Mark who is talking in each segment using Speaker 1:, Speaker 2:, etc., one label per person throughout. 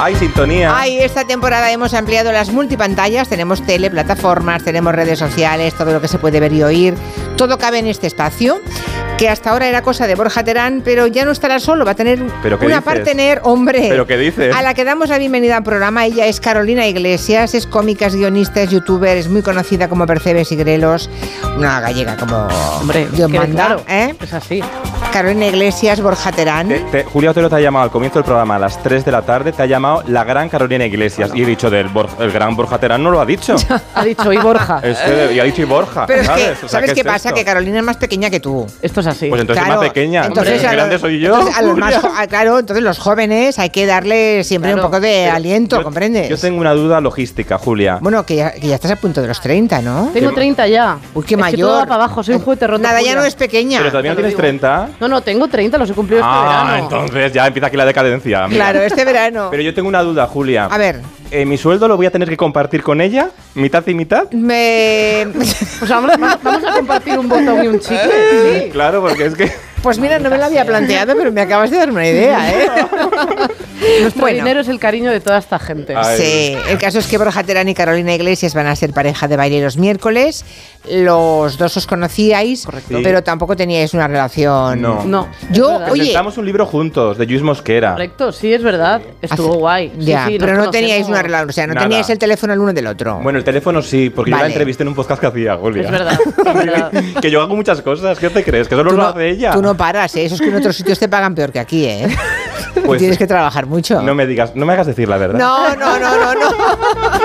Speaker 1: Hay sintonía.
Speaker 2: Ay, esta temporada hemos ampliado las multipantallas, tenemos tele, plataformas, tenemos redes sociales, todo lo que se puede ver y oír, todo cabe en este espacio, que hasta ahora era cosa de Borja Terán, pero ya no estará solo, va a tener
Speaker 1: ¿Pero qué
Speaker 2: una
Speaker 1: dices?
Speaker 2: partener, hombre.
Speaker 1: ¿Pero qué dices?
Speaker 2: A la que damos la bienvenida al programa, ella es Carolina Iglesias, es cómica, es guionista, es youtuber, es muy conocida como Percebes y Grelos, una gallega como
Speaker 3: Hombre,
Speaker 2: Dios
Speaker 3: que
Speaker 2: manda,
Speaker 3: claro,
Speaker 2: ¿eh?
Speaker 3: es así.
Speaker 2: Carolina Iglesias, Borja Terán.
Speaker 1: Te- te- Julia Otero te ha llamado al comienzo del programa a las 3 de la tarde, te ha llamado la gran Carolina Iglesias. Y he dicho, del Bor- el gran Borja Terán no lo ha dicho.
Speaker 3: Ha dicho, y Borja,
Speaker 1: Este de- y ha dicho y Borja.
Speaker 2: Pero es que,
Speaker 1: ¿sabes?
Speaker 2: ¿sabes,
Speaker 1: O sea, ¿qué
Speaker 2: qué
Speaker 1: es
Speaker 2: pasa?
Speaker 1: esto?
Speaker 2: Que Carolina es más pequeña que tú.
Speaker 3: esto es así.
Speaker 1: Pues entonces es
Speaker 2: Claro,
Speaker 1: más pequeña.
Speaker 2: entonces
Speaker 1: Hombre,
Speaker 2: a
Speaker 1: ¿qué
Speaker 2: lo-
Speaker 1: grande soy yo.
Speaker 2: entonces a los más,
Speaker 1: Julia?
Speaker 2: jo- ah, claro, entonces los jóvenes hay que darle siempre
Speaker 3: Claro,
Speaker 2: un poco de
Speaker 1: Pero
Speaker 2: aliento,
Speaker 1: yo-
Speaker 2: ¿comprendes?
Speaker 1: Yo tengo una duda logística, Julia.
Speaker 2: Bueno, que ya, que ya estás a punto de los 30, ¿no?
Speaker 3: Tengo 30 ya.
Speaker 2: Uy, qué
Speaker 3: Es que
Speaker 2: mayor.
Speaker 3: todo va para abajo, soy un juguete roto.
Speaker 2: Nada, ya
Speaker 3: Julia.
Speaker 2: no es pequeña.
Speaker 1: Pero todavía no
Speaker 3: te lo
Speaker 1: tienes
Speaker 3: digo.
Speaker 1: 30.
Speaker 3: No, no, tengo 30, los he cumplido este
Speaker 1: Ah,
Speaker 3: verano.
Speaker 1: entonces ya empieza aquí la decadencia. amiga.
Speaker 2: Claro, este verano.
Speaker 1: Pero yo tengo una duda, Julia.
Speaker 2: A ver,
Speaker 1: Eh, ¿Mi sueldo lo voy a tener que compartir con ella? ¿Mitad y mitad?
Speaker 2: me...
Speaker 3: O sea, vamos, va- vamos a compartir un botón y un chicle. Sí.
Speaker 1: Eh, Claro, porque es que.
Speaker 2: pues mira, no me lo había planteado, pero me acabas de dar una idea, ¿eh?
Speaker 3: Nuestro
Speaker 2: Bueno.
Speaker 3: dinero es el cariño de toda esta gente.
Speaker 1: Ay.
Speaker 2: Sí, el caso es que Borja Terán y Carolina Iglesias van a ser pareja de baile los miércoles. Los dos os conocíais,
Speaker 1: Correcto. Sí.
Speaker 2: pero tampoco teníais una relación.
Speaker 1: No.
Speaker 3: No.
Speaker 2: Yo,
Speaker 3: es verdad.
Speaker 2: oye,
Speaker 1: Presentamos un libro juntos de Luis Mosquera.
Speaker 3: Correcto, sí, es verdad. Estuvo
Speaker 2: Hace-
Speaker 3: guay. Sí,
Speaker 2: Ya,
Speaker 3: sí, nos
Speaker 2: pero no teníais una
Speaker 3: conocemos.
Speaker 2: relación, o sea, no
Speaker 1: Nada.
Speaker 2: teníais el teléfono el uno del otro.
Speaker 1: Bueno, el teléfono sí, porque yo la
Speaker 2: Vale.
Speaker 1: entrevisté en un podcast que hacía, Julia.
Speaker 3: Es verdad, es verdad.
Speaker 1: que yo hago muchas cosas, ¿qué te crees? Que solo
Speaker 2: tú
Speaker 1: lo
Speaker 2: no,
Speaker 1: hace ella.
Speaker 2: tú no paras, ¿eh? eso es que en otros sitios te pagan peor que aquí, ¿eh?
Speaker 1: Pues-
Speaker 2: Tienes que trabajar mucho.
Speaker 1: No me digas, no me hagas decir la verdad.
Speaker 2: No, no, no, no, no.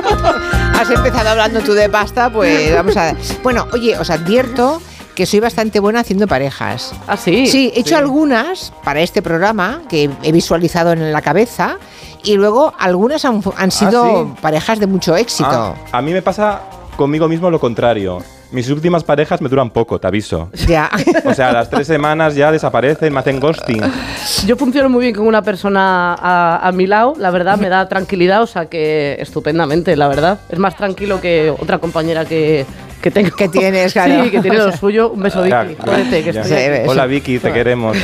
Speaker 2: Has empezado hablando tú de pasta, pues vamos a. Bueno, oye, os advierto que soy bastante buena haciendo parejas.
Speaker 3: Ah, sí.
Speaker 2: Sí, he hecho algunas para este programa que he visualizado en la cabeza y luego algunas han, han sido
Speaker 1: Ah, ¿sí?
Speaker 2: parejas de mucho éxito.
Speaker 1: Ah, a mí me pasa conmigo mismo lo contrario. Mis últimas parejas me duran poco, te aviso.
Speaker 2: Ya.
Speaker 1: O sea, a las tres semanas ya desaparecen, me hacen ghosting.
Speaker 3: Yo funciono muy bien con una persona a, a mi lado, la verdad, me da tranquilidad, o sea que estupendamente, la verdad. Es más tranquilo que otra compañera que, que tengo.
Speaker 2: Que tienes, claro.
Speaker 3: Sí, que tiene lo suyo. Un beso,
Speaker 1: Ya,
Speaker 3: Vicky.
Speaker 1: claro,
Speaker 3: Jódete, que
Speaker 1: ya.
Speaker 3: estoy aquí.
Speaker 2: Sí,
Speaker 1: Hola Vicky, te queremos.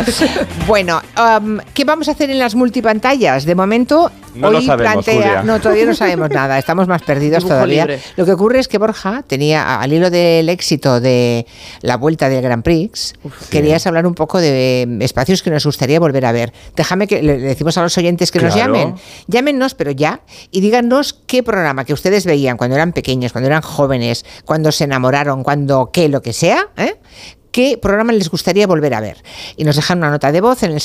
Speaker 2: Bueno, am, ¿qué vamos a hacer en las multipantallas? De momento,
Speaker 1: No
Speaker 2: hoy
Speaker 1: lo sabemos,
Speaker 2: plantea.
Speaker 1: Julia.
Speaker 2: No, todavía no sabemos nada, estamos más perdidos
Speaker 3: Dibujo
Speaker 2: todavía.
Speaker 3: libre.
Speaker 2: Lo que ocurre es que Borja tenía, al hilo del éxito de la vuelta del Grand Prix, querías hablar un poco de em, espacios que nos gustaría volver a ver. Déjame que le le decimos a los oyentes que nos
Speaker 1: Claro.
Speaker 2: llamen. Llámenos, pero ya, y díganos qué programa que ustedes veían cuando eran pequeños, cuando eran jóvenes, cuando se enamoraron, cuando qué, lo que sea, ¿eh? ¿Qué programa les gustaría volver a ver? Y nos dejan una nota de voz en el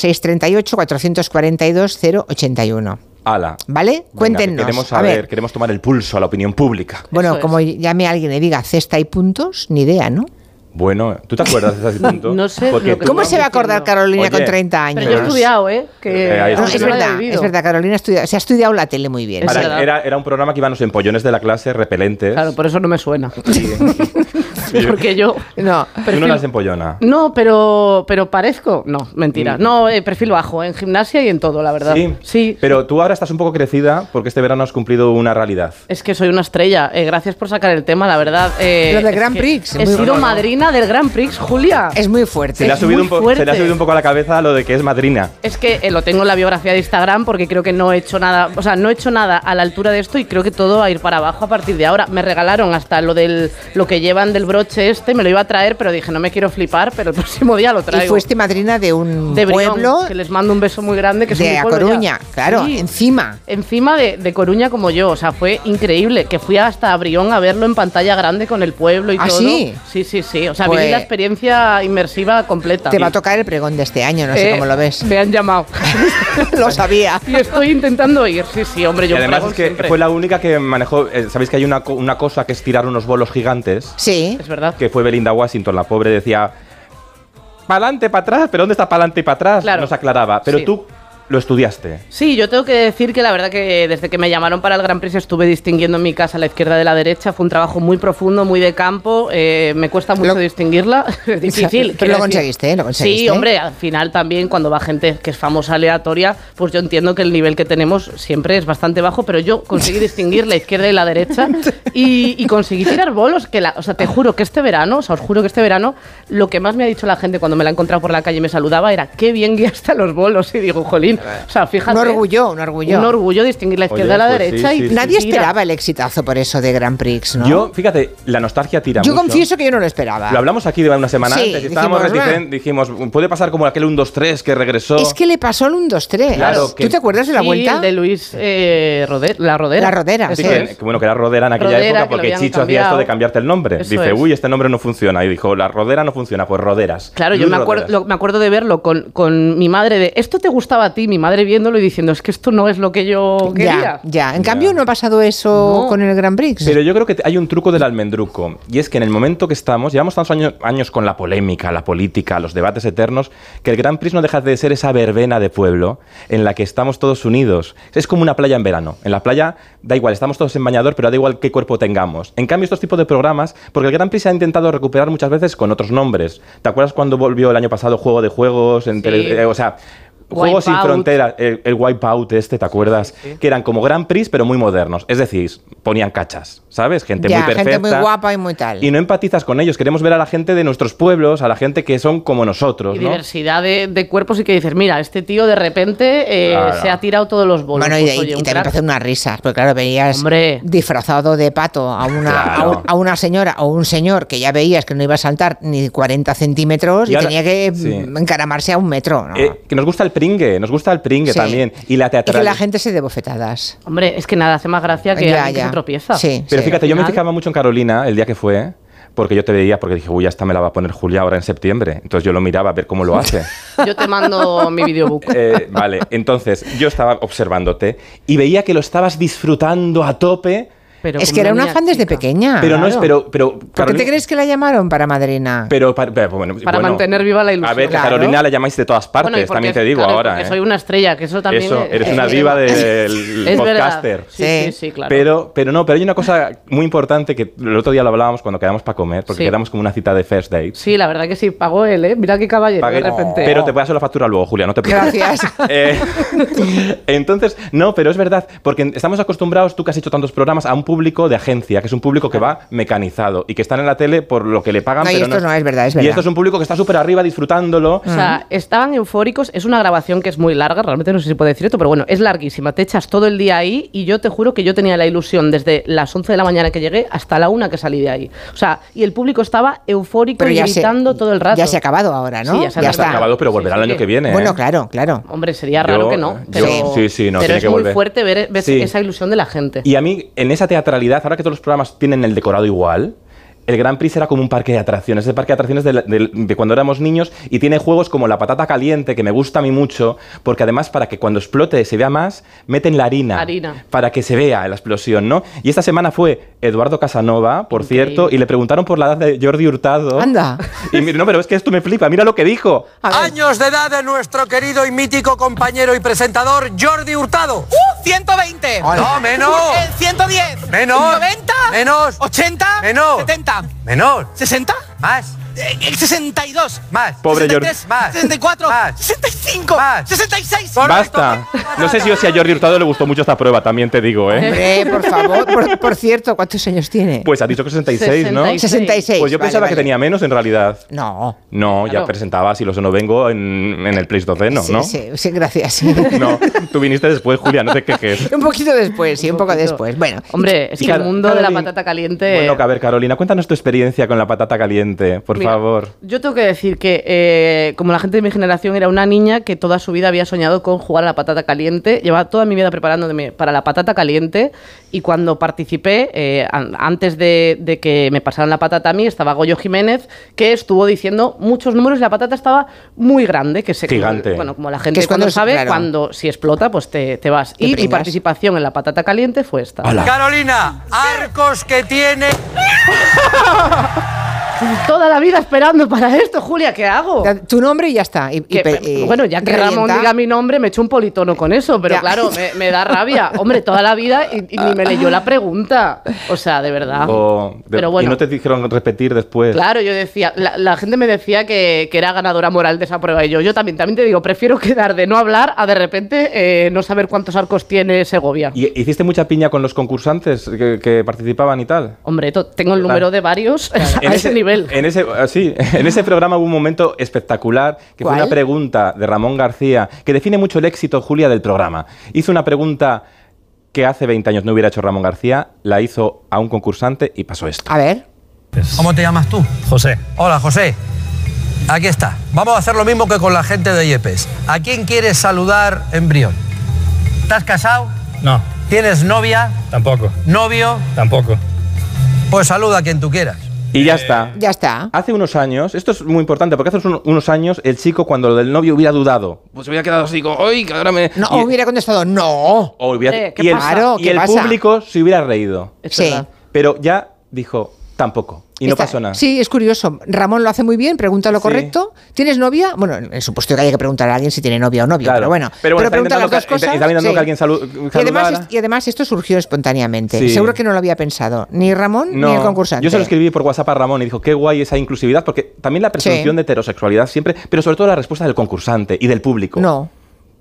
Speaker 2: 638-442-081.
Speaker 1: Ala.
Speaker 2: ¿Vale?
Speaker 1: Venga,
Speaker 2: Cuéntenos.
Speaker 1: que queremos
Speaker 2: a
Speaker 1: saber,
Speaker 2: ver.
Speaker 1: queremos tomar el pulso a la opinión pública.
Speaker 2: Bueno,
Speaker 3: Eso es.
Speaker 2: como llame a alguien y diga cesta y puntos, ni idea, ¿no?
Speaker 1: Bueno, ¿tú te acuerdas de ese punto?
Speaker 3: No sé
Speaker 1: Porque
Speaker 3: lo que-
Speaker 1: tú-
Speaker 2: ¿Cómo se va a acordar Carolina
Speaker 1: Oye,
Speaker 2: con 30 años?
Speaker 3: Pero yo he estudiado, ¿eh?
Speaker 1: Eh,
Speaker 3: Que
Speaker 1: ahí está.
Speaker 2: No,
Speaker 3: aunque
Speaker 2: es
Speaker 3: lo haya
Speaker 2: verdad,
Speaker 3: vivido.
Speaker 2: es verdad, Carolina ha estudiado- se ha estudiado la tele muy bien.
Speaker 3: Es
Speaker 1: Para-
Speaker 2: sí.
Speaker 3: verdad.
Speaker 1: era, era un programa que iban los empollones de la clase repelentes.
Speaker 3: Claro, por eso no me suena.
Speaker 1: Sí.
Speaker 3: Porque Mm, yo.
Speaker 2: No.
Speaker 1: Tú no
Speaker 3: perfil-
Speaker 1: las empollona.
Speaker 3: No, pero, pero parezco. No, mentira.
Speaker 1: Mm.
Speaker 3: No, eh, perfil bajo, en gimnasia y en todo, la verdad.
Speaker 1: Sí, Pero tú ahora estás un poco crecida porque este verano has cumplido una realidad.
Speaker 3: Es que soy una estrella. Eh, gracias por sacar el tema, la verdad. Eh,
Speaker 2: Lo del
Speaker 3: es
Speaker 2: Grand
Speaker 3: que
Speaker 2: Prix,
Speaker 3: He
Speaker 2: muy
Speaker 3: sido
Speaker 2: bueno.
Speaker 3: madrina del Grand Prix, Julia.
Speaker 2: Es muy fuerte.
Speaker 1: Se le, ha
Speaker 3: Es
Speaker 1: subido
Speaker 3: muy
Speaker 1: un po-
Speaker 3: fuerte.
Speaker 1: se le ha subido un poco a la cabeza lo de que es madrina.
Speaker 3: Es que eh, lo tengo en la biografía de Instagram porque creo que no he hecho nada, o sea, no he hecho nada a la altura de esto y creo que todo va a ir para abajo a partir de ahora. Me regalaron hasta lo del lo que llevan del broche este, me lo iba a traer, pero dije, no me quiero flipar, pero el próximo día lo traigo.
Speaker 2: y fuiste madrina de un
Speaker 3: de Brión,
Speaker 2: pueblo
Speaker 3: que les mando un beso muy grande que es
Speaker 2: de
Speaker 3: mi
Speaker 2: A
Speaker 3: pueblo ya.
Speaker 2: Coruña, claro,
Speaker 3: Sí.
Speaker 2: encima.
Speaker 3: Encima de, de Coruña como yo, o sea, fue increíble. Que fui hasta Brión a verlo en pantalla grande con el pueblo y
Speaker 2: ¿Ah,
Speaker 3: todo.
Speaker 2: sí?
Speaker 3: sí, sí, sí. O sea,
Speaker 2: Pues-
Speaker 3: viví la experiencia inmersiva completa.
Speaker 2: Te va a tocar el pregón de este año, no sé
Speaker 3: Eh,
Speaker 2: cómo lo ves.
Speaker 3: Me han llamado.
Speaker 2: lo sabía.
Speaker 3: y estoy intentando ir. Sí, sí, hombre,
Speaker 1: Y
Speaker 3: yo
Speaker 1: además
Speaker 3: prego
Speaker 1: es que
Speaker 3: siempre.
Speaker 1: fue la única que manejó. eh, Sabéis que hay una, co- una cosa que es tirar unos bolos gigantes.
Speaker 2: Sí.
Speaker 3: Es verdad.
Speaker 1: Que fue Belinda Washington, la pobre, decía. Pa'lante, para atrás, pero ¿dónde está pa'lante y para atrás?
Speaker 3: Claro.
Speaker 1: Nos aclaraba. Pero
Speaker 3: Sí.
Speaker 1: tú lo estudiaste.
Speaker 3: Sí, yo tengo que decir que la verdad que desde que me llamaron para el Gran Prix estuve distinguiendo en mi casa la izquierda de la derecha. Fue un trabajo muy profundo, muy de campo. eh, me cuesta mucho
Speaker 2: Lo-
Speaker 3: distinguirla. es difícil.
Speaker 2: Pero
Speaker 3: quiero
Speaker 2: lo
Speaker 3: decir.
Speaker 2: conseguiste, ¿eh? Lo conseguiste.
Speaker 3: Sí, hombre, al final también cuando va gente que es famosa aleatoria, pues yo entiendo que el nivel que tenemos siempre es bastante bajo, pero yo conseguí distinguir la izquierda y la derecha y, y conseguí tirar bolos que la, o sea, te juro que este verano, o sea, os juro que este verano lo que más me ha dicho la gente cuando me la he encontrado por la calle y me saludaba era qué bien guía hasta los bolos y digo, jolín, O sea, fíjate.
Speaker 2: Un orgullo, un orgullo.
Speaker 3: Un orgullo distinguir la izquierda de
Speaker 1: Eh, Oye,
Speaker 3: la
Speaker 1: pues sí,
Speaker 3: derecha.
Speaker 1: sí,
Speaker 3: y
Speaker 1: sí.
Speaker 2: Nadie
Speaker 3: mira,
Speaker 2: esperaba el exitazo por eso de Grand Prix, ¿no?
Speaker 1: Yo, fíjate, la nostalgia tira
Speaker 2: Yo
Speaker 1: mucho.
Speaker 2: confieso que yo no lo
Speaker 3: Ah.
Speaker 2: esperaba.
Speaker 1: Lo hablamos aquí de una semana
Speaker 2: Sí,
Speaker 1: antes. y Estábamos
Speaker 2: dijimos,
Speaker 1: reticentes, dijimos, puede pasar como aquel 1-2-3 que regresó.
Speaker 2: Es que le pasó al 1-2-3.
Speaker 1: Claro,
Speaker 2: ¿Tú
Speaker 1: que-
Speaker 2: te acuerdas de la
Speaker 3: sí,
Speaker 2: vuelta?
Speaker 3: el de Luis eh, Rode- La
Speaker 2: La
Speaker 3: Rodera.
Speaker 2: Rodera,
Speaker 1: Sí,
Speaker 3: Eso
Speaker 1: que,
Speaker 3: es.
Speaker 1: que bueno, que era Rodera en aquella
Speaker 3: Rodera, que
Speaker 1: época
Speaker 3: lo
Speaker 1: porque
Speaker 3: habían
Speaker 1: Chicho hacía
Speaker 3: cambiado.
Speaker 1: esto de cambiarte el nombre.
Speaker 3: Eso
Speaker 1: Dice,
Speaker 3: es.
Speaker 1: uy, este nombre no funciona. Y dijo, la Rodera no funciona. Pues Roderas.
Speaker 3: Claro, yo
Speaker 1: Luis
Speaker 3: me acuerdo,
Speaker 1: Roderas.
Speaker 3: lo- me acuerdo de verlo con, con mi madre de esto te gustaba a ti, mi madre viéndolo y diciendo es que esto no es lo que yo
Speaker 2: Ya,
Speaker 3: quería.
Speaker 2: ya. En
Speaker 1: Ya.
Speaker 2: cambio, no ha pasado eso
Speaker 3: No.
Speaker 2: con el Grand Prix.
Speaker 1: Pero yo creo que hay un truco del almendruco. Y es que en el momento que estamos, llevamos tantos años, años con la polémica, la política, los debates eternos, que el Gran Prix no deja de ser esa verbena de pueblo en la que estamos todos unidos. Es como una playa en verano. En la playa da igual, estamos todos en bañador, pero da igual qué cuerpo tengamos. En cambio, estos tipos de programas, porque el Gran Prix se ha intentado recuperar muchas veces con otros nombres. ¿Te acuerdas cuando volvió el año pasado Juego de Juegos? en
Speaker 3: Sí.
Speaker 1: tele- eh, o sea. Juegos sin
Speaker 3: Wipeout.
Speaker 1: fronteras era el, el Wipeout este, ¿te acuerdas? Que eran como Grand Prix, pero muy modernos. Es decir, ponían cachas, ¿sabes? Gente
Speaker 2: Ya,
Speaker 1: muy perfecta.
Speaker 2: gente muy guapa y muy tal.
Speaker 1: Y no empatizas con ellos. Queremos ver a la gente de nuestros pueblos, a la gente que son como nosotros,
Speaker 3: Y
Speaker 1: ¿no?
Speaker 3: diversidad de, de cuerpos y que dices, mira, este tío de repente eh,
Speaker 1: Claro.
Speaker 3: se ha tirado todos los bolos.
Speaker 2: Bueno, y,
Speaker 3: Pues,
Speaker 2: y-
Speaker 3: oye,
Speaker 2: y
Speaker 3: un
Speaker 2: también te
Speaker 3: crack.
Speaker 2: hacen unas risas, porque claro, veías
Speaker 3: Hombre.
Speaker 2: disfrazado de pato a una,
Speaker 1: Claro.
Speaker 2: a, un- a una señora o un señor que ya veías que no iba a saltar ni 40 centímetros y,
Speaker 1: Y ahora-
Speaker 2: tenía que
Speaker 1: sí.
Speaker 2: mm, encaramarse a un metro. ¿no?
Speaker 1: Eh, que nos gusta el pringue, nos gusta el pringue
Speaker 2: Sí.
Speaker 1: también. Y la
Speaker 2: y que
Speaker 1: teatralidad.
Speaker 2: la gente se dé bofetadas.
Speaker 3: Hombre, es que nada, hace más gracia que
Speaker 2: Ya,
Speaker 3: alguien que
Speaker 2: ya.
Speaker 3: se tropieza.
Speaker 2: Sí.
Speaker 1: Pero fíjate, yo me
Speaker 3: Final.
Speaker 1: fijaba mucho en Carolina el día que fue, porque yo te veía, porque dije, uy, esta me la va a poner Julia ahora en septiembre. Entonces yo lo miraba a ver cómo lo hace.
Speaker 3: Yo te mando mi videobook.
Speaker 1: Eh, vale, entonces yo estaba observándote y veía que lo estabas disfrutando a tope,
Speaker 3: Pero
Speaker 2: es
Speaker 3: como
Speaker 2: que era
Speaker 3: una
Speaker 2: una fan
Speaker 3: niña
Speaker 2: desde
Speaker 3: chica.
Speaker 2: pequeña.
Speaker 1: pero no es, pero, pero
Speaker 2: ¿Por qué
Speaker 1: Carolina-
Speaker 2: te crees que la llamaron para madrina?
Speaker 1: Pero para, pero bueno,
Speaker 3: Para
Speaker 1: bueno,
Speaker 3: mantener viva la ilusión.
Speaker 1: A ver, que a
Speaker 2: Claro.
Speaker 1: Carolina la llamáis de todas partes,
Speaker 3: Bueno, y porque-
Speaker 1: también te digo
Speaker 3: claro, y
Speaker 1: ahora.
Speaker 3: porque
Speaker 1: ¿eh?
Speaker 3: soy una estrella, que eso también.
Speaker 1: Eso,
Speaker 3: es-
Speaker 1: eres
Speaker 3: es
Speaker 1: una
Speaker 3: un
Speaker 1: diva
Speaker 3: tema.
Speaker 1: del
Speaker 3: Es verdad.
Speaker 1: podcaster.
Speaker 3: Sí,
Speaker 2: Sí.
Speaker 3: sí, sí, claro.
Speaker 1: Pero, pero no, pero hay una cosa muy importante que el otro día lo hablábamos cuando quedamos para comer, porque
Speaker 3: Sí.
Speaker 1: quedamos como una cita de first date.
Speaker 3: sí, la verdad que sí, pagó él, ¿eh? Mira qué caballero
Speaker 1: Pagué-
Speaker 3: de repente.
Speaker 1: Pero te voy a hacer la factura luego, Julia, no te preocupes.
Speaker 2: Gracias.
Speaker 1: Eh, entonces, no, pero es verdad, porque estamos acostumbrados, tú que has hecho tantos programas, a un público de agencia, que es un público que va mecanizado y que están en la tele por lo que le pagan.
Speaker 2: No, y
Speaker 1: pero
Speaker 2: esto no es verdad, es verdad. Mm.
Speaker 1: Y esto es un público que está súper arriba disfrutándolo.
Speaker 3: O sea, estaban eufóricos. Es una grabación que es muy larga, realmente no sé si puedo decir esto, pero bueno, es larguísima. Te echas todo el día ahí y yo te juro que yo tenía la ilusión desde las 11 de la mañana que llegué hasta la 1 que salí de ahí. O sea, y el público estaba eufórico y gritando todo el rato.
Speaker 2: Ya se ha acabado ahora, ¿no?
Speaker 3: Sí, ya se ha
Speaker 1: Está
Speaker 3: está.
Speaker 1: acabado, pero
Speaker 3: Sí,
Speaker 1: volverá
Speaker 3: sí,
Speaker 1: el año
Speaker 3: sí.
Speaker 1: que viene. ¿eh?
Speaker 2: Bueno, claro, claro.
Speaker 3: Hombre, sería
Speaker 1: Yo-
Speaker 3: raro que no.
Speaker 1: yo-
Speaker 3: Pero,
Speaker 1: sí, sí, no,
Speaker 3: pero
Speaker 1: tiene
Speaker 3: es
Speaker 1: que
Speaker 3: muy
Speaker 1: volver.
Speaker 3: fuerte ver ves
Speaker 1: Sí.
Speaker 3: esa ilusión de la gente.
Speaker 1: Y a mí, en esa teatralidad, ahora que todos los programas tienen el decorado igual, el Gran Prix era como un parque de atracciones, ese parque de atracciones de, la- del- de cuando éramos niños y tiene juegos como la patata caliente, que me gusta a mí mucho, porque además para que cuando explote se vea más, meten la harina.
Speaker 3: Harina.
Speaker 1: Para que se vea la explosión, ¿no? Y esta semana fue Eduardo Casanova, por
Speaker 3: Increíble.
Speaker 1: cierto, y le preguntaron por la edad de Jordi Hurtado.
Speaker 2: Anda.
Speaker 1: Y mira, no, pero es que esto me flipa, mira lo que dijo.
Speaker 2: A ver.
Speaker 4: Años de edad de nuestro querido y mítico compañero y presentador Jordi Hurtado.
Speaker 5: ¡Uh! 120.
Speaker 4: No, menos.
Speaker 5: Eh, 110.
Speaker 4: Menos.
Speaker 5: 90.
Speaker 4: Menos.
Speaker 5: 80.
Speaker 4: Menos.
Speaker 5: 70.
Speaker 4: Menor.
Speaker 5: 60.
Speaker 4: Más.
Speaker 5: Eh, eh, 62.
Speaker 4: Más.
Speaker 1: Pobre Jordi.
Speaker 5: 63,
Speaker 4: Más.
Speaker 5: 64.
Speaker 4: Más.
Speaker 5: 65.
Speaker 4: Más.
Speaker 5: 66.
Speaker 4: Correcto.
Speaker 1: Basta. No sé si, si a Jordi Hurtado le gustó mucho esta prueba, también te digo, ¿eh?
Speaker 2: Hombre, por favor. Por, por cierto, ¿cuántos años tiene?
Speaker 1: Pues ha dicho que 66,
Speaker 2: Oh,
Speaker 1: ¿no?
Speaker 3: 66.
Speaker 2: 66.
Speaker 1: Pues yo
Speaker 2: vale,
Speaker 1: pensaba que
Speaker 2: vale.
Speaker 1: tenía menos en realidad.
Speaker 2: No.
Speaker 1: No, ya
Speaker 3: Claro.
Speaker 1: presentaba Si lo sé, no vengo en, en el Pleistoceno,
Speaker 2: sí,
Speaker 1: ¿no?
Speaker 2: Sí, sí, gracias.
Speaker 1: No, tú viniste después, Julia, no te quejes.
Speaker 2: un poquito después, sí, un, poco
Speaker 3: poquito.
Speaker 2: después. Bueno,
Speaker 3: Hombre, es
Speaker 1: Y
Speaker 3: que el
Speaker 1: Car-
Speaker 3: mundo de la
Speaker 1: Carolina-
Speaker 3: patata caliente.
Speaker 1: Bueno, que a ver, Carolina, cuéntanos tu experiencia con la patata caliente, por
Speaker 3: Mira,
Speaker 1: favor.
Speaker 3: Yo tengo que decir que, eh, como la gente de mi generación, era una niña que toda su vida había soñado con jugar a la patata caliente. Llevaba toda mi vida preparándome para la patata caliente. Y cuando participé, eh, an- antes de, de que me pasaran la patata a mí, estaba Goyo Jiménez, que estuvo diciendo muchos números y la patata estaba muy grande. Que se,
Speaker 1: Gigante.
Speaker 3: Bueno, como la gente
Speaker 2: Que es
Speaker 3: cuando,
Speaker 2: cuando es-
Speaker 3: sabe,
Speaker 2: claro.
Speaker 3: cuando si explota, pues te, te vas.
Speaker 2: Te
Speaker 3: y mi
Speaker 2: pringas.
Speaker 3: participación en la patata caliente fue esta.
Speaker 1: Hola.
Speaker 4: Carolina, arcos que tiene.
Speaker 3: Toda la vida esperando para esto, Julia, ¿qué hago?
Speaker 2: da- tu nombre y ya está. Y, y
Speaker 3: Que,
Speaker 2: pe- y
Speaker 3: bueno, ya que
Speaker 2: revienta.
Speaker 3: Ramón diga mi nombre, me echo un politono con eso, pero
Speaker 2: Ya.
Speaker 3: claro, me, me da rabia. Hombre, toda la vida y, y ni me leyó la pregunta. O sea, de verdad.
Speaker 1: O- de-
Speaker 3: Ah. pero bueno.
Speaker 1: Y no te dijeron repetir después.
Speaker 3: Claro, yo decía, la, la gente me decía que, que era ganadora moral de esa prueba y yo, yo también, también te digo, prefiero quedar de no hablar a de repente eh, no saber cuántos arcos tiene Segovia.
Speaker 1: ¿Y hiciste mucha piña con los concursantes que, que participaban y tal?
Speaker 3: Hombre, to- tengo el número de varios a
Speaker 1: En
Speaker 3: ese,
Speaker 1: ese-
Speaker 3: nivel.
Speaker 1: En ese, ah, sí, en ese programa hubo un momento espectacular que
Speaker 2: ¿Cuál?
Speaker 1: fue una pregunta de Ramón García que define mucho el éxito, Julia, del programa. Hizo una pregunta que hace 20 años no hubiera hecho Ramón García, la hizo a un concursante y pasó esto.
Speaker 2: A ver.
Speaker 4: ¿Cómo te llamas tú?
Speaker 6: José,
Speaker 4: Hola, José. Aquí está. Vamos a hacer lo mismo que con la gente de Yepes. ¿A quién quieres saludar, embrión? ¿Estás casado?
Speaker 6: no,
Speaker 4: ¿Tienes novia?
Speaker 6: tampoco,
Speaker 4: ¿Novio?
Speaker 6: tampoco.
Speaker 4: Pues saluda a quien tú quieras.
Speaker 1: Y ya está.
Speaker 2: Eh, Ya está.
Speaker 1: Hace unos años, esto es muy importante, porque hace un- unos años el chico cuando lo del novio hubiera dudado, pues hubiera quedado así, como, ¡ay, que ahora me...
Speaker 2: No,
Speaker 1: y,
Speaker 2: hubiera contestado, no.
Speaker 1: o hubiera-
Speaker 3: Eh, ¿qué
Speaker 1: y el,
Speaker 3: pasa?
Speaker 2: Claro,
Speaker 1: y
Speaker 2: ¿qué
Speaker 1: el
Speaker 2: pasa?
Speaker 1: público se hubiera reído.
Speaker 3: Es
Speaker 2: Sí.
Speaker 3: verdad.
Speaker 1: Pero ya dijo, tampoco. Y no
Speaker 2: Está-
Speaker 1: pasó nada.
Speaker 2: Sí, es curioso. Ramón lo hace muy bien, pregunta lo
Speaker 1: Sí.
Speaker 2: correcto. ¿Tienes novia? Bueno, en supuesto que haya que preguntar a alguien si tiene novia o novio,
Speaker 1: Claro.
Speaker 2: pero bueno.
Speaker 1: Pero bueno, está
Speaker 2: pregunta las
Speaker 1: intentando
Speaker 2: dos
Speaker 1: que- está-
Speaker 2: cosas.
Speaker 1: está intentando que alguien salu-
Speaker 2: y, además,
Speaker 1: saludara.
Speaker 2: es- y además esto surgió espontáneamente.
Speaker 1: Sí.
Speaker 2: Seguro que no lo había pensado ni Ramón ni el concursante.
Speaker 1: Yo se lo escribí por WhatsApp a Ramón y dijo, qué guay esa inclusividad, porque también la presunción
Speaker 2: Sí.
Speaker 1: de heterosexualidad siempre, pero sobre todo la respuesta del concursante y del público.
Speaker 2: No,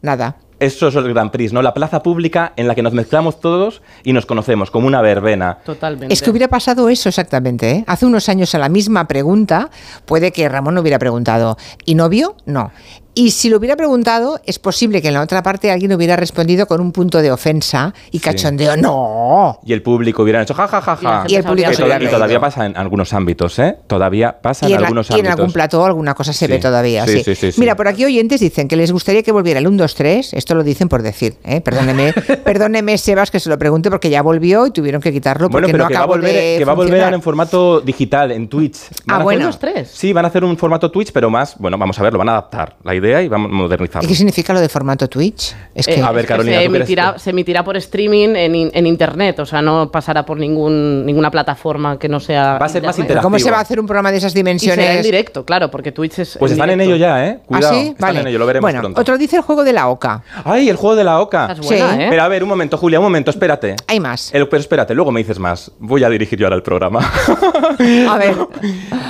Speaker 2: nada.
Speaker 1: Eso es el Gran Prix, ¿no? La plaza pública en la que nos mezclamos todos y nos conocemos como una verbena.
Speaker 3: Totalmente.
Speaker 2: Es que hubiera pasado eso exactamente. ¿eh? Hace unos años a la misma pregunta, puede que Ramón no hubiera preguntado. ¿Y novio? No. Y si lo hubiera preguntado, es posible que en la otra parte alguien hubiera respondido con un punto de ofensa y cachondeo. ¡No!
Speaker 1: Y el público hubieran hecho ja, ja, ja,
Speaker 3: Y la
Speaker 1: ja.
Speaker 3: gente
Speaker 2: Y el público
Speaker 1: Que
Speaker 2: se
Speaker 1: to-
Speaker 2: hubiera
Speaker 1: y
Speaker 2: reído.
Speaker 1: todavía pasa en algunos ámbitos, ¿eh? Todavía pasa
Speaker 2: Y
Speaker 1: en
Speaker 2: en, la-
Speaker 1: algunos
Speaker 2: y en
Speaker 1: ámbitos.
Speaker 2: algún plató alguna cosa se
Speaker 1: Sí.
Speaker 2: ve todavía.
Speaker 1: Sí,
Speaker 2: sí.
Speaker 1: sí, sí, sí.
Speaker 2: Mira, por aquí oyentes dicen que les gustaría que volviera el 1, 2, 3. Esto lo dicen por decir. ¿eh? Perdóneme, perdóneme, Sebas, que se lo pregunte porque ya volvió y tuvieron que quitarlo
Speaker 1: Bueno,
Speaker 2: porque
Speaker 1: pero
Speaker 2: no
Speaker 1: que, va a
Speaker 2: acabó
Speaker 1: volver,
Speaker 2: de
Speaker 1: que va a volver
Speaker 2: funcionar.
Speaker 1: ahora en formato digital, en Twitch.
Speaker 2: Ah,
Speaker 1: a-
Speaker 2: bueno.
Speaker 3: Los tres.
Speaker 1: Sí, van a hacer un formato Twitch, pero más, bueno, vamos a ver, lo van a adaptar la idea y vamos a modernizarlo.
Speaker 2: ¿Y qué significa lo de formato Twitch? Es
Speaker 3: Eh,
Speaker 2: que...
Speaker 1: A ver,
Speaker 3: es que
Speaker 1: Carolina,
Speaker 3: se
Speaker 1: ¿tú crees
Speaker 3: emitirá,
Speaker 1: que-
Speaker 3: se emitirá por streaming en, in- en internet, o sea, no pasará por ningún, ninguna plataforma que no sea.
Speaker 1: Va a ser más
Speaker 3: internet.
Speaker 2: ¿Cómo
Speaker 1: Interactivo.
Speaker 2: se va a hacer un programa de esas
Speaker 3: Y será en
Speaker 2: dimensiones?
Speaker 3: directo, claro, porque Twitch es.
Speaker 1: Pues están en ello
Speaker 3: directo.
Speaker 1: ya, ¿eh? Cuidado,
Speaker 2: ¿Ah, sí?
Speaker 1: están
Speaker 2: Vale.
Speaker 1: en ello, lo veremos
Speaker 2: bueno,
Speaker 1: pronto.
Speaker 2: otro dice el juego de la oca.
Speaker 1: ¡Ay, el juego de la oca!
Speaker 3: Estás buena,
Speaker 2: Sí.
Speaker 3: ¿eh?
Speaker 1: Pero a ver, un momento, Julia, un momento, espérate.
Speaker 2: Hay más.
Speaker 1: El- pero espérate, luego me dices más. Voy a dirigir yo ahora el programa.
Speaker 2: A ver,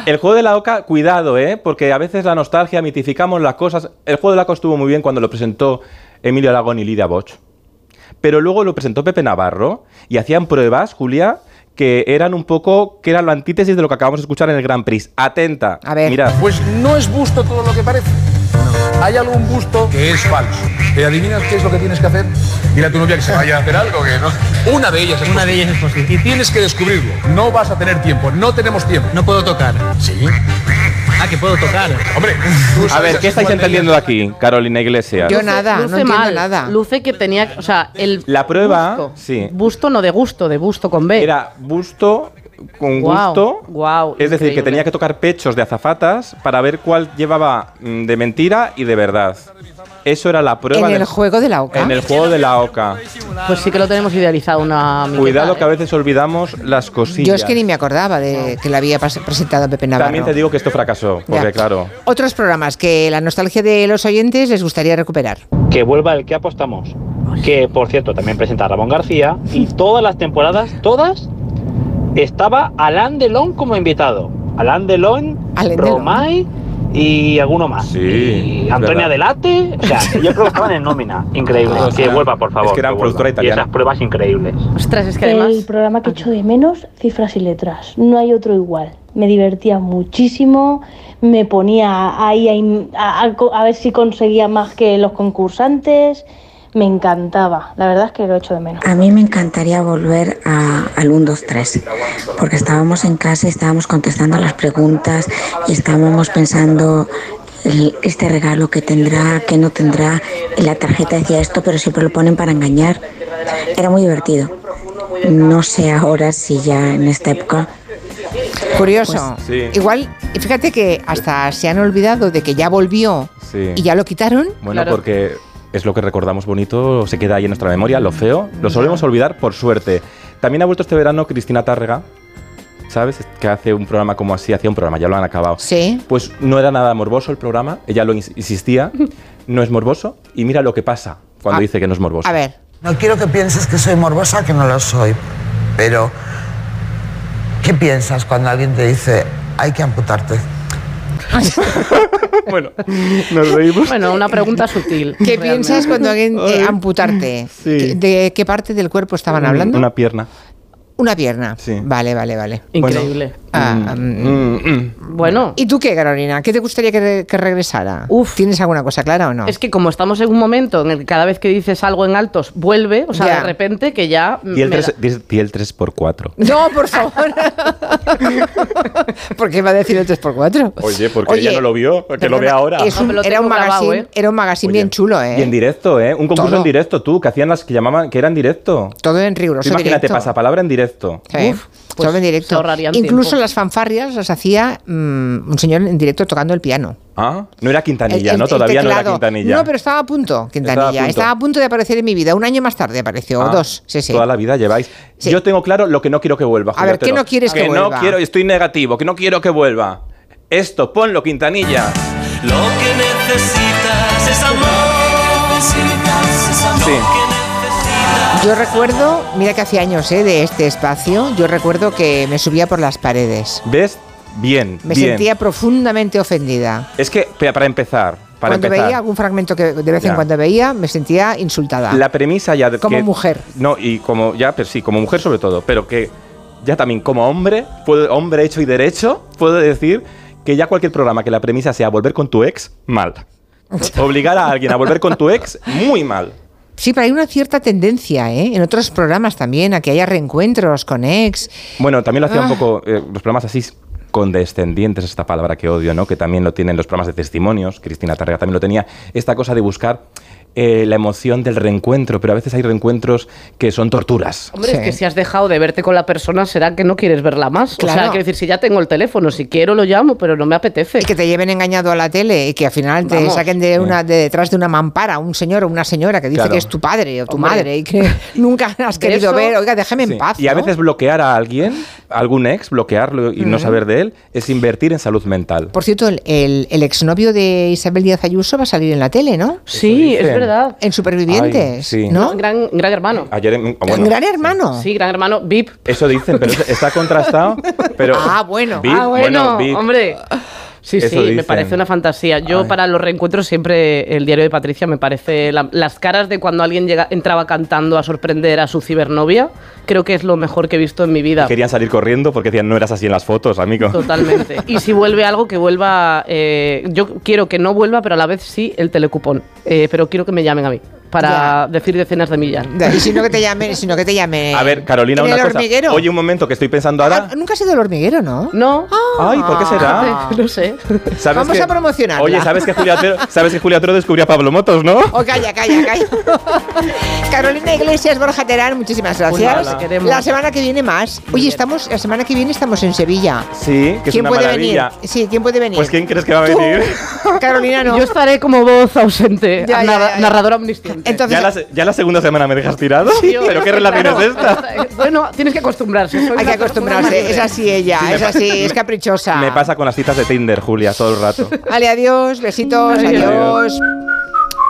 Speaker 1: el juego de la oca, cuidado, ¿eh? Porque a veces la nostalgia, mitificamos las cosas. El juego de la oca estuvo muy bien cuando lo presentó Emilio Aragón y Lidia Boch. Pero luego lo presentó Pepe Navarro y hacían pruebas, Julia, que eran un poco, que era la antítesis de lo que acabamos de escuchar en el Gran Prix. Atenta.
Speaker 2: A ver.
Speaker 1: Mirad.
Speaker 7: Pues no es busto todo lo que parece. Hay algún busto que es falso. ¿Te adivinas qué es lo que tienes que hacer? Dile a tu novia que se vaya a hacer algo, que no. Una de ellas es Una de ellas es posible. Y tienes que descubrirlo. No vas a tener tiempo. No tenemos tiempo. No puedo tocar. Sí. Ah, que puedo tocar. Hombre, tú
Speaker 1: A
Speaker 7: sabes
Speaker 1: ver, ¿qué
Speaker 7: así
Speaker 1: estáis
Speaker 7: cuál de
Speaker 1: entendiendo de aquí, Carolina Iglesias?
Speaker 2: Yo nada, no entiendo nada.
Speaker 3: Luce que tenía. O sea, el.
Speaker 1: La prueba,
Speaker 3: Busto,
Speaker 1: sí.
Speaker 3: Busto no de gusto, de busto con
Speaker 2: Eh.
Speaker 3: B.
Speaker 1: Era busto con
Speaker 3: Guau,
Speaker 1: gusto.
Speaker 3: guau,
Speaker 1: es decir, que
Speaker 3: increíble.
Speaker 1: tenía que tocar pechos de azafatas para ver cuál llevaba mm, de mentira y de verdad. Eso era la prueba
Speaker 2: en
Speaker 1: del-
Speaker 2: el juego de la oca.
Speaker 1: en el juego de la oca.
Speaker 3: Pues sí que lo tenemos idealizado una. miqueta,
Speaker 1: Cuidado que a
Speaker 3: ¿eh?
Speaker 1: veces olvidamos las cosillas.
Speaker 2: Yo es que ni me acordaba de que la había pas- presentado Pepe Navarro.
Speaker 1: También te digo que esto fracasó, porque
Speaker 2: Ya.
Speaker 1: claro.
Speaker 2: Otros programas que la nostalgia de los oyentes les gustaría recuperar.
Speaker 8: que vuelva el que apostamos. Que por cierto también presenta a Ramón García y todas las temporadas, todas, estaba Alain Delon como invitado. Alain Delon,
Speaker 2: Alain Delon.
Speaker 8: Romay y alguno más.
Speaker 1: Sí,
Speaker 8: y
Speaker 1: es
Speaker 8: Antonia
Speaker 1: verdad.
Speaker 8: Delate. O sea, yo creo que estaban en nómina. Increíble.
Speaker 1: Todos
Speaker 8: que
Speaker 1: eran-
Speaker 8: vuelva, por favor.
Speaker 1: es que eran
Speaker 8: vuelva.
Speaker 1: productora italiana.
Speaker 8: Y esas pruebas increíbles.
Speaker 3: Ostras, es que
Speaker 9: El
Speaker 3: además. Ah,
Speaker 9: programa que echo de menos, cifras y letras. No hay otro igual. Me divertía muchísimo, me ponía ahí a, im- a- a co- a ver si conseguía más que los concursantes. Me encantaba, la verdad es que lo echo de menos.
Speaker 10: A mí me encantaría volver a, al 1, 2, 3, porque estábamos en casa y estábamos contestando las preguntas y estábamos pensando el- este regalo que tendrá, que no tendrá. En la tarjeta decía esto, pero siempre lo ponen para engañar. Era muy divertido. No sé ahora si ya en esta época
Speaker 2: Curioso.
Speaker 1: Pues, sí.
Speaker 2: Igual, y fíjate que hasta se han olvidado de que ya volvió
Speaker 1: Sí.
Speaker 2: y ya lo quitaron.
Speaker 1: Bueno,
Speaker 3: Claro.
Speaker 1: porque es lo que recordamos bonito, se queda ahí en nuestra memoria, lo feo, lo solemos olvidar por suerte. También ha vuelto este verano Cristina Tárrega, ¿sabes? Que hace un programa como así, hacía un programa, ya lo han acabado.
Speaker 2: Sí.
Speaker 1: Pues no era nada morboso el programa, ella lo ins- insistía, no es morboso, y mira lo que pasa cuando
Speaker 2: Ah,
Speaker 1: dice que no es morboso.
Speaker 2: A ver,
Speaker 11: No quiero que pienses que soy morbosa, que no lo soy, pero ¿qué piensas cuando alguien te dice hay que amputarte?
Speaker 1: bueno, nos reímos.
Speaker 3: Bueno, una pregunta sutil.
Speaker 2: ¿qué
Speaker 3: realmente.
Speaker 2: piensas cuando alguien eh, amputarte?
Speaker 1: Sí. Mm,
Speaker 2: ¿Qué- ¿De qué parte del cuerpo estaban hablando?
Speaker 1: Una pierna.
Speaker 2: Una pierna.
Speaker 1: Sí. Mm.
Speaker 2: Vale, vale, vale.
Speaker 3: Increíble.
Speaker 1: Bueno,
Speaker 2: Ah,
Speaker 3: Bueno.
Speaker 2: ¿Y tú qué, Carolina? ¿Qué te gustaría que, re- que regresara? ¿Tienes alguna cosa clara
Speaker 1: Ah.
Speaker 2: o no?
Speaker 3: Es que como estamos en un momento en el que cada vez que dices algo en altos vuelve, o sea,
Speaker 2: Ya.
Speaker 3: de repente que ya...
Speaker 1: Di el
Speaker 3: me
Speaker 1: 3,
Speaker 3: da-
Speaker 1: por 4.
Speaker 2: No, por favor. ¿Por qué va a decir el 3x4?
Speaker 1: Oye, porque
Speaker 2: Oye,
Speaker 1: ella no lo vio, que lo
Speaker 2: Perdona,
Speaker 1: vea ahora.
Speaker 2: es un-
Speaker 3: Ah, pero lo
Speaker 2: era, un
Speaker 3: tengo grabado,
Speaker 2: magazine,
Speaker 3: ¿eh?
Speaker 2: era un magazine bien chulo, ¿eh?
Speaker 1: Y en directo, ¿eh? Un concurso
Speaker 2: Todo.
Speaker 1: en directo, tú, que hacían las que llamaban, que era en directo.
Speaker 2: Todo en riguroso
Speaker 1: Tú imagínate,
Speaker 2: directo.
Speaker 1: pasapalabra en directo.
Speaker 2: Sí, todo en
Speaker 3: pues se
Speaker 2: directo.
Speaker 3: ahorrarían
Speaker 2: Incluso
Speaker 3: tiempo.
Speaker 2: las fanfarrias las hacía mm, un señor en directo tocando el piano.
Speaker 1: Ah, no era Quintanilla,
Speaker 2: El- el-
Speaker 1: ¿no?
Speaker 2: el
Speaker 1: Todavía no era
Speaker 2: teclado.
Speaker 1: Quintanilla.
Speaker 2: No, pero estaba a punto, Quintanilla. Estaba a punto. de aparecer en mi vida. Un año más tarde apareció,
Speaker 1: Ah,
Speaker 2: dos. Sí, sí.
Speaker 1: Toda la vida lleváis. Yo tengo claro lo que no quiero que vuelva.
Speaker 2: A ver, ¿qué
Speaker 1: Julio Otero.
Speaker 2: no quieres que vuelva?
Speaker 1: no quiero, estoy negativo, que no quiero que vuelva. Esto, ponlo, Quintanilla.
Speaker 6: Lo que necesitas es amor.
Speaker 1: Sí.
Speaker 2: Yo recuerdo, mira que hace años ¿eh? de este espacio, yo recuerdo que me subía por las paredes.
Speaker 1: ¿Ves? Bien,
Speaker 2: Me
Speaker 1: bien.
Speaker 2: sentía profundamente ofendida.
Speaker 1: Es que, pe- para empezar, para
Speaker 2: cuando
Speaker 1: empezar.
Speaker 2: veía algún fragmento que de vez en
Speaker 1: Ya.
Speaker 2: cuando veía, me sentía insultada.
Speaker 1: La premisa ya de
Speaker 2: Como
Speaker 1: que-
Speaker 2: mujer.
Speaker 1: No, y como ya, pero sí, como mujer sobre todo, pero que ya también como hombre, puedo- hombre hecho y derecho, puedo decir que ya cualquier programa que la premisa sea volver con tu ex, mal. Obligar a alguien a volver con tu ex, muy mal.
Speaker 2: Sí, pero hay una cierta tendencia ¿eh? en otros programas también a que haya reencuentros con ex.
Speaker 1: Bueno, también lo hacía
Speaker 2: Ah.
Speaker 1: un poco eh, los programas así condescendientes, esta palabra que odio, ¿no? Que también lo tienen los programas de testimonios, Cristina Tarrega también lo tenía, esta cosa de buscar eh, la emoción del reencuentro, pero a veces hay reencuentros que son torturas.
Speaker 3: Hombre, es
Speaker 1: Sí.
Speaker 3: que si has dejado de verte con la persona, será que no quieres verla más. O sea,
Speaker 2: Claro.
Speaker 3: quiero decir, si ya tengo el teléfono, si quiero lo llamo, pero no me apetece.
Speaker 2: Y que te lleven engañado a la tele y que al final te
Speaker 3: Vamos.
Speaker 2: saquen de una de detrás de una mampara un señor o una señora que dice
Speaker 1: Claro.
Speaker 2: que es tu padre o tu
Speaker 3: Hombre.
Speaker 2: madre y que nunca has
Speaker 3: De
Speaker 2: querido
Speaker 3: eso-
Speaker 2: ver. Oiga, déjame
Speaker 1: Sí.
Speaker 2: en paz.
Speaker 1: Y a
Speaker 2: ¿no?
Speaker 1: veces bloquear a alguien, a algún ex, bloquearlo y no saber de él, es invertir en salud mental.
Speaker 2: Por cierto, el, el- el exnovio de Isabel Díaz Ayuso va a salir en la tele, ¿no?
Speaker 1: Eso
Speaker 3: Sí, es
Speaker 1: dicen. Eh,
Speaker 3: verdad.
Speaker 2: En Supervivientes,
Speaker 1: Ay, sí.
Speaker 2: ¿no?
Speaker 3: Gran, gran hermano.
Speaker 1: Ayer, en- bueno,
Speaker 2: Gran hermano.
Speaker 3: Sí, gran hermano, VIP.
Speaker 1: eso dicen, pero eso está contrastado. Pero
Speaker 2: Ah, bueno.
Speaker 1: Bip,
Speaker 3: ah, bueno,
Speaker 1: bip.
Speaker 3: hombre. Sí,
Speaker 1: Eso
Speaker 3: sí, me
Speaker 1: dicen.
Speaker 3: parece una fantasía. Yo
Speaker 1: Ay.
Speaker 3: para los reencuentros siempre el diario de Patricia me parece la- las caras de cuando alguien llega, entraba cantando a sorprender a su cibernovia. Creo que es lo mejor que he visto en mi vida.
Speaker 1: Querían salir corriendo porque decían, no eras así en las fotos, amigo.
Speaker 3: Totalmente. Y si vuelve algo que vuelva, eh, yo quiero que no vuelva, pero a la vez sí el telecupón. Eh, pero quiero que me llamen a mí para decir decenas de millas.
Speaker 2: Y si no que te llamen, y si no que te llamen.
Speaker 1: A ver, Carolina,
Speaker 2: Eh, en
Speaker 1: una
Speaker 2: el
Speaker 1: cosa.
Speaker 2: hormiguero.
Speaker 1: Oye, un momento, que estoy pensando ahora.
Speaker 2: Ah, Nunca has ido al hormiguero, ¿no?
Speaker 3: No.
Speaker 1: Ay, ¿por qué será?
Speaker 2: Ah.
Speaker 3: No sé.
Speaker 1: ¿Sabes
Speaker 2: Vamos
Speaker 1: que-
Speaker 2: a promocionarla.
Speaker 1: Oye, ¿sabes que Julia Otero, sabes que Julia Otero descubrió a Pablo Motos, no?
Speaker 2: Oh, calla, calla, calla. Carolina Iglesias, Borja Terán, muchísimas gracias.
Speaker 3: Pues nada, te queremos.
Speaker 2: la semana que viene más. Oye, estamos, la semana que viene estamos en Sevilla.
Speaker 1: Sí, que es
Speaker 2: ¿Quién
Speaker 1: una
Speaker 2: puede
Speaker 1: maravilla.
Speaker 2: venir? Sí, ¿quién puede venir?
Speaker 1: Pues ¿quién crees que va a venir?
Speaker 2: Carolina no.
Speaker 3: Yo estaré como voz ausente,
Speaker 2: Ya, ya,
Speaker 3: narra-
Speaker 2: ya, ya.
Speaker 3: narradora omnisciente.
Speaker 2: Entonces,
Speaker 1: ¿Ya la, se- ya la segunda semana me dejas tirado?
Speaker 3: Tío,
Speaker 1: ¿Pero qué
Speaker 3: claro.
Speaker 1: relación es esta?
Speaker 3: Bueno, tienes que acostumbrarse. soy
Speaker 2: hay
Speaker 3: una
Speaker 2: que
Speaker 3: persona
Speaker 2: acostumbrarse.
Speaker 3: libre.
Speaker 2: Es así ella,
Speaker 1: Sí, me
Speaker 2: es
Speaker 1: pa-
Speaker 2: así, es
Speaker 1: me-
Speaker 2: caprichosa.
Speaker 1: Me pasa con las citas de Tinder, Julia, todo el rato.
Speaker 2: Vale, adiós, besitos,
Speaker 3: Adiós.
Speaker 2: adiós.